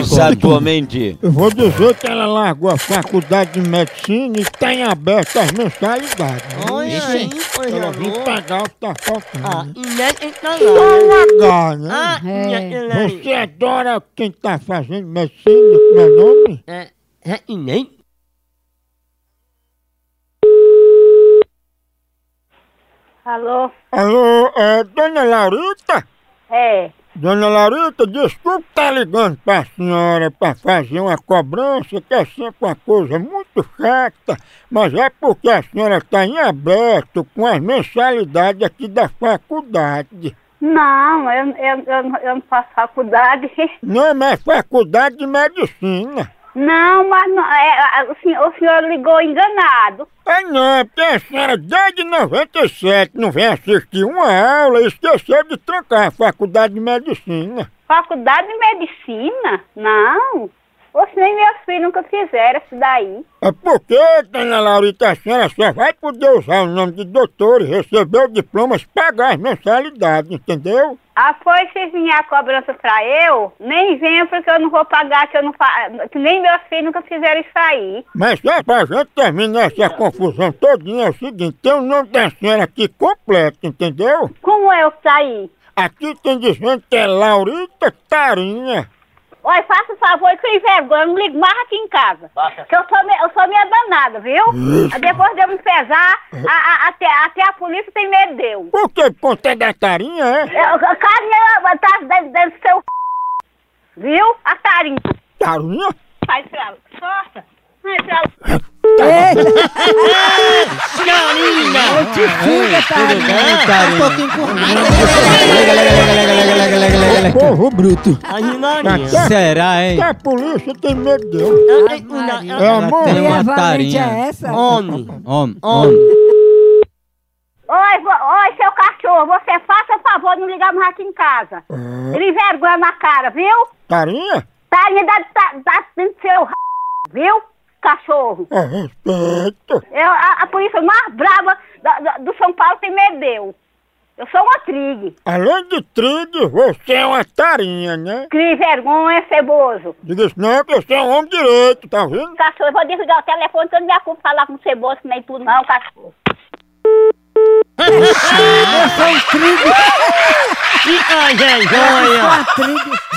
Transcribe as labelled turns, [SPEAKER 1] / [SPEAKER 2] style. [SPEAKER 1] Exatamente.
[SPEAKER 2] Eu vou dizer que ela largou a faculdade de medicina e tem aberto as mensalidades.
[SPEAKER 3] Olha aí, coisa
[SPEAKER 2] Ela vem
[SPEAKER 3] boa.
[SPEAKER 2] pagar o que tá
[SPEAKER 3] Ah,
[SPEAKER 2] faltando.
[SPEAKER 3] Inês Entalada.
[SPEAKER 2] Ah, né?
[SPEAKER 3] Ah, Inês
[SPEAKER 2] Você
[SPEAKER 3] Entalada.
[SPEAKER 2] adora quem tá fazendo medicina, como é o nome?
[SPEAKER 3] É, é Inês?
[SPEAKER 4] Alô?
[SPEAKER 2] Alô, é Dona Laurita?
[SPEAKER 4] É,
[SPEAKER 2] Dona Laurita, desculpe estar ligando pra senhora pra fazer uma cobrança, que é sempre uma coisa muito chata, mas é porque a senhora tá em aberto com as mensalidades aqui da faculdade.
[SPEAKER 4] não, eu, eu, eu, não- eu não faço faculdade.
[SPEAKER 2] Não, mas é faculdade de medicina.
[SPEAKER 4] Não, mas não, é, a- o, senhor, o senhor ligou enganado.
[SPEAKER 2] Ah não, porque a senhora desde 97 não vem assistir uma aula e esqueceu de trancar a faculdade de medicina.
[SPEAKER 4] Faculdade de medicina? Não. Você nem meus filhos nunca fizeram isso daí.
[SPEAKER 2] É porque, dona Laurita, a senhora só vai poder usar o nome de doutor e receber o diploma se pagar as mensalidades, entendeu?
[SPEAKER 4] Ah, pois se vier a cobrança pra eu, nem venha porque eu não vou pagar, que eu não fa... que nem meus filhos nunca fizeram isso aí.
[SPEAKER 2] Mas só pra gente terminar essa confusão todinha é o seguinte, tem o nome da senhora aqui completo, entendeu?
[SPEAKER 4] Como é que tá aí?
[SPEAKER 2] Aqui tem dizendo que é Laurita Tarinha.
[SPEAKER 4] Olha, faça o favor e sem vergonha, não ligo mais aqui em casa. Que eu sou, me- eu sou minha danada, viu? Aí Depois de eu me pesar, a- a- até, até a polícia tem medo de eu.
[SPEAKER 2] Por que Ponta da Tarinha, é?
[SPEAKER 4] Eu- eu- Carne eu- tá dentro, dentro do seu c... Viu? A tarinha.
[SPEAKER 2] Tarinha?
[SPEAKER 4] Sai pra lá. Corta. Sai pra lá.
[SPEAKER 3] Carina!
[SPEAKER 1] Tarinha.
[SPEAKER 2] Povo bruto.
[SPEAKER 3] A Rinaninha.
[SPEAKER 5] Será, hein?
[SPEAKER 2] Que a polícia tem medo dele. É amor.
[SPEAKER 5] Tem
[SPEAKER 6] E a
[SPEAKER 5] uma
[SPEAKER 6] valente é
[SPEAKER 5] tarinha.
[SPEAKER 6] essa?
[SPEAKER 3] Homem.
[SPEAKER 5] Homem,
[SPEAKER 3] Homem.
[SPEAKER 5] homem.
[SPEAKER 4] Oi, vo- oi, seu cachorro, você faça o favor de não ligar mais aqui em casa.
[SPEAKER 2] Uhum.
[SPEAKER 4] Ele vergonha na cara, viu? tá,
[SPEAKER 2] Tarinha?
[SPEAKER 4] Tarinha da, da, da, dentro do seu r... Viu? Cachorro.
[SPEAKER 2] É respeito.
[SPEAKER 4] Eu, É a, a polícia mais brava da- da- do São Paulo tem medo de eu. Eu sou uma trigue.
[SPEAKER 2] Além de trigo, você é uma tarinha, né?
[SPEAKER 4] Crie vergonha, ceboso.
[SPEAKER 2] Diga isso não, que eu sou um homem direito, tá vendo?
[SPEAKER 4] Cachorro, eu vou desligar o telefone, que eu não me acudo falar com ceboso, nem tudo não, cachorro.
[SPEAKER 3] Que a joia.
[SPEAKER 6] Patrick.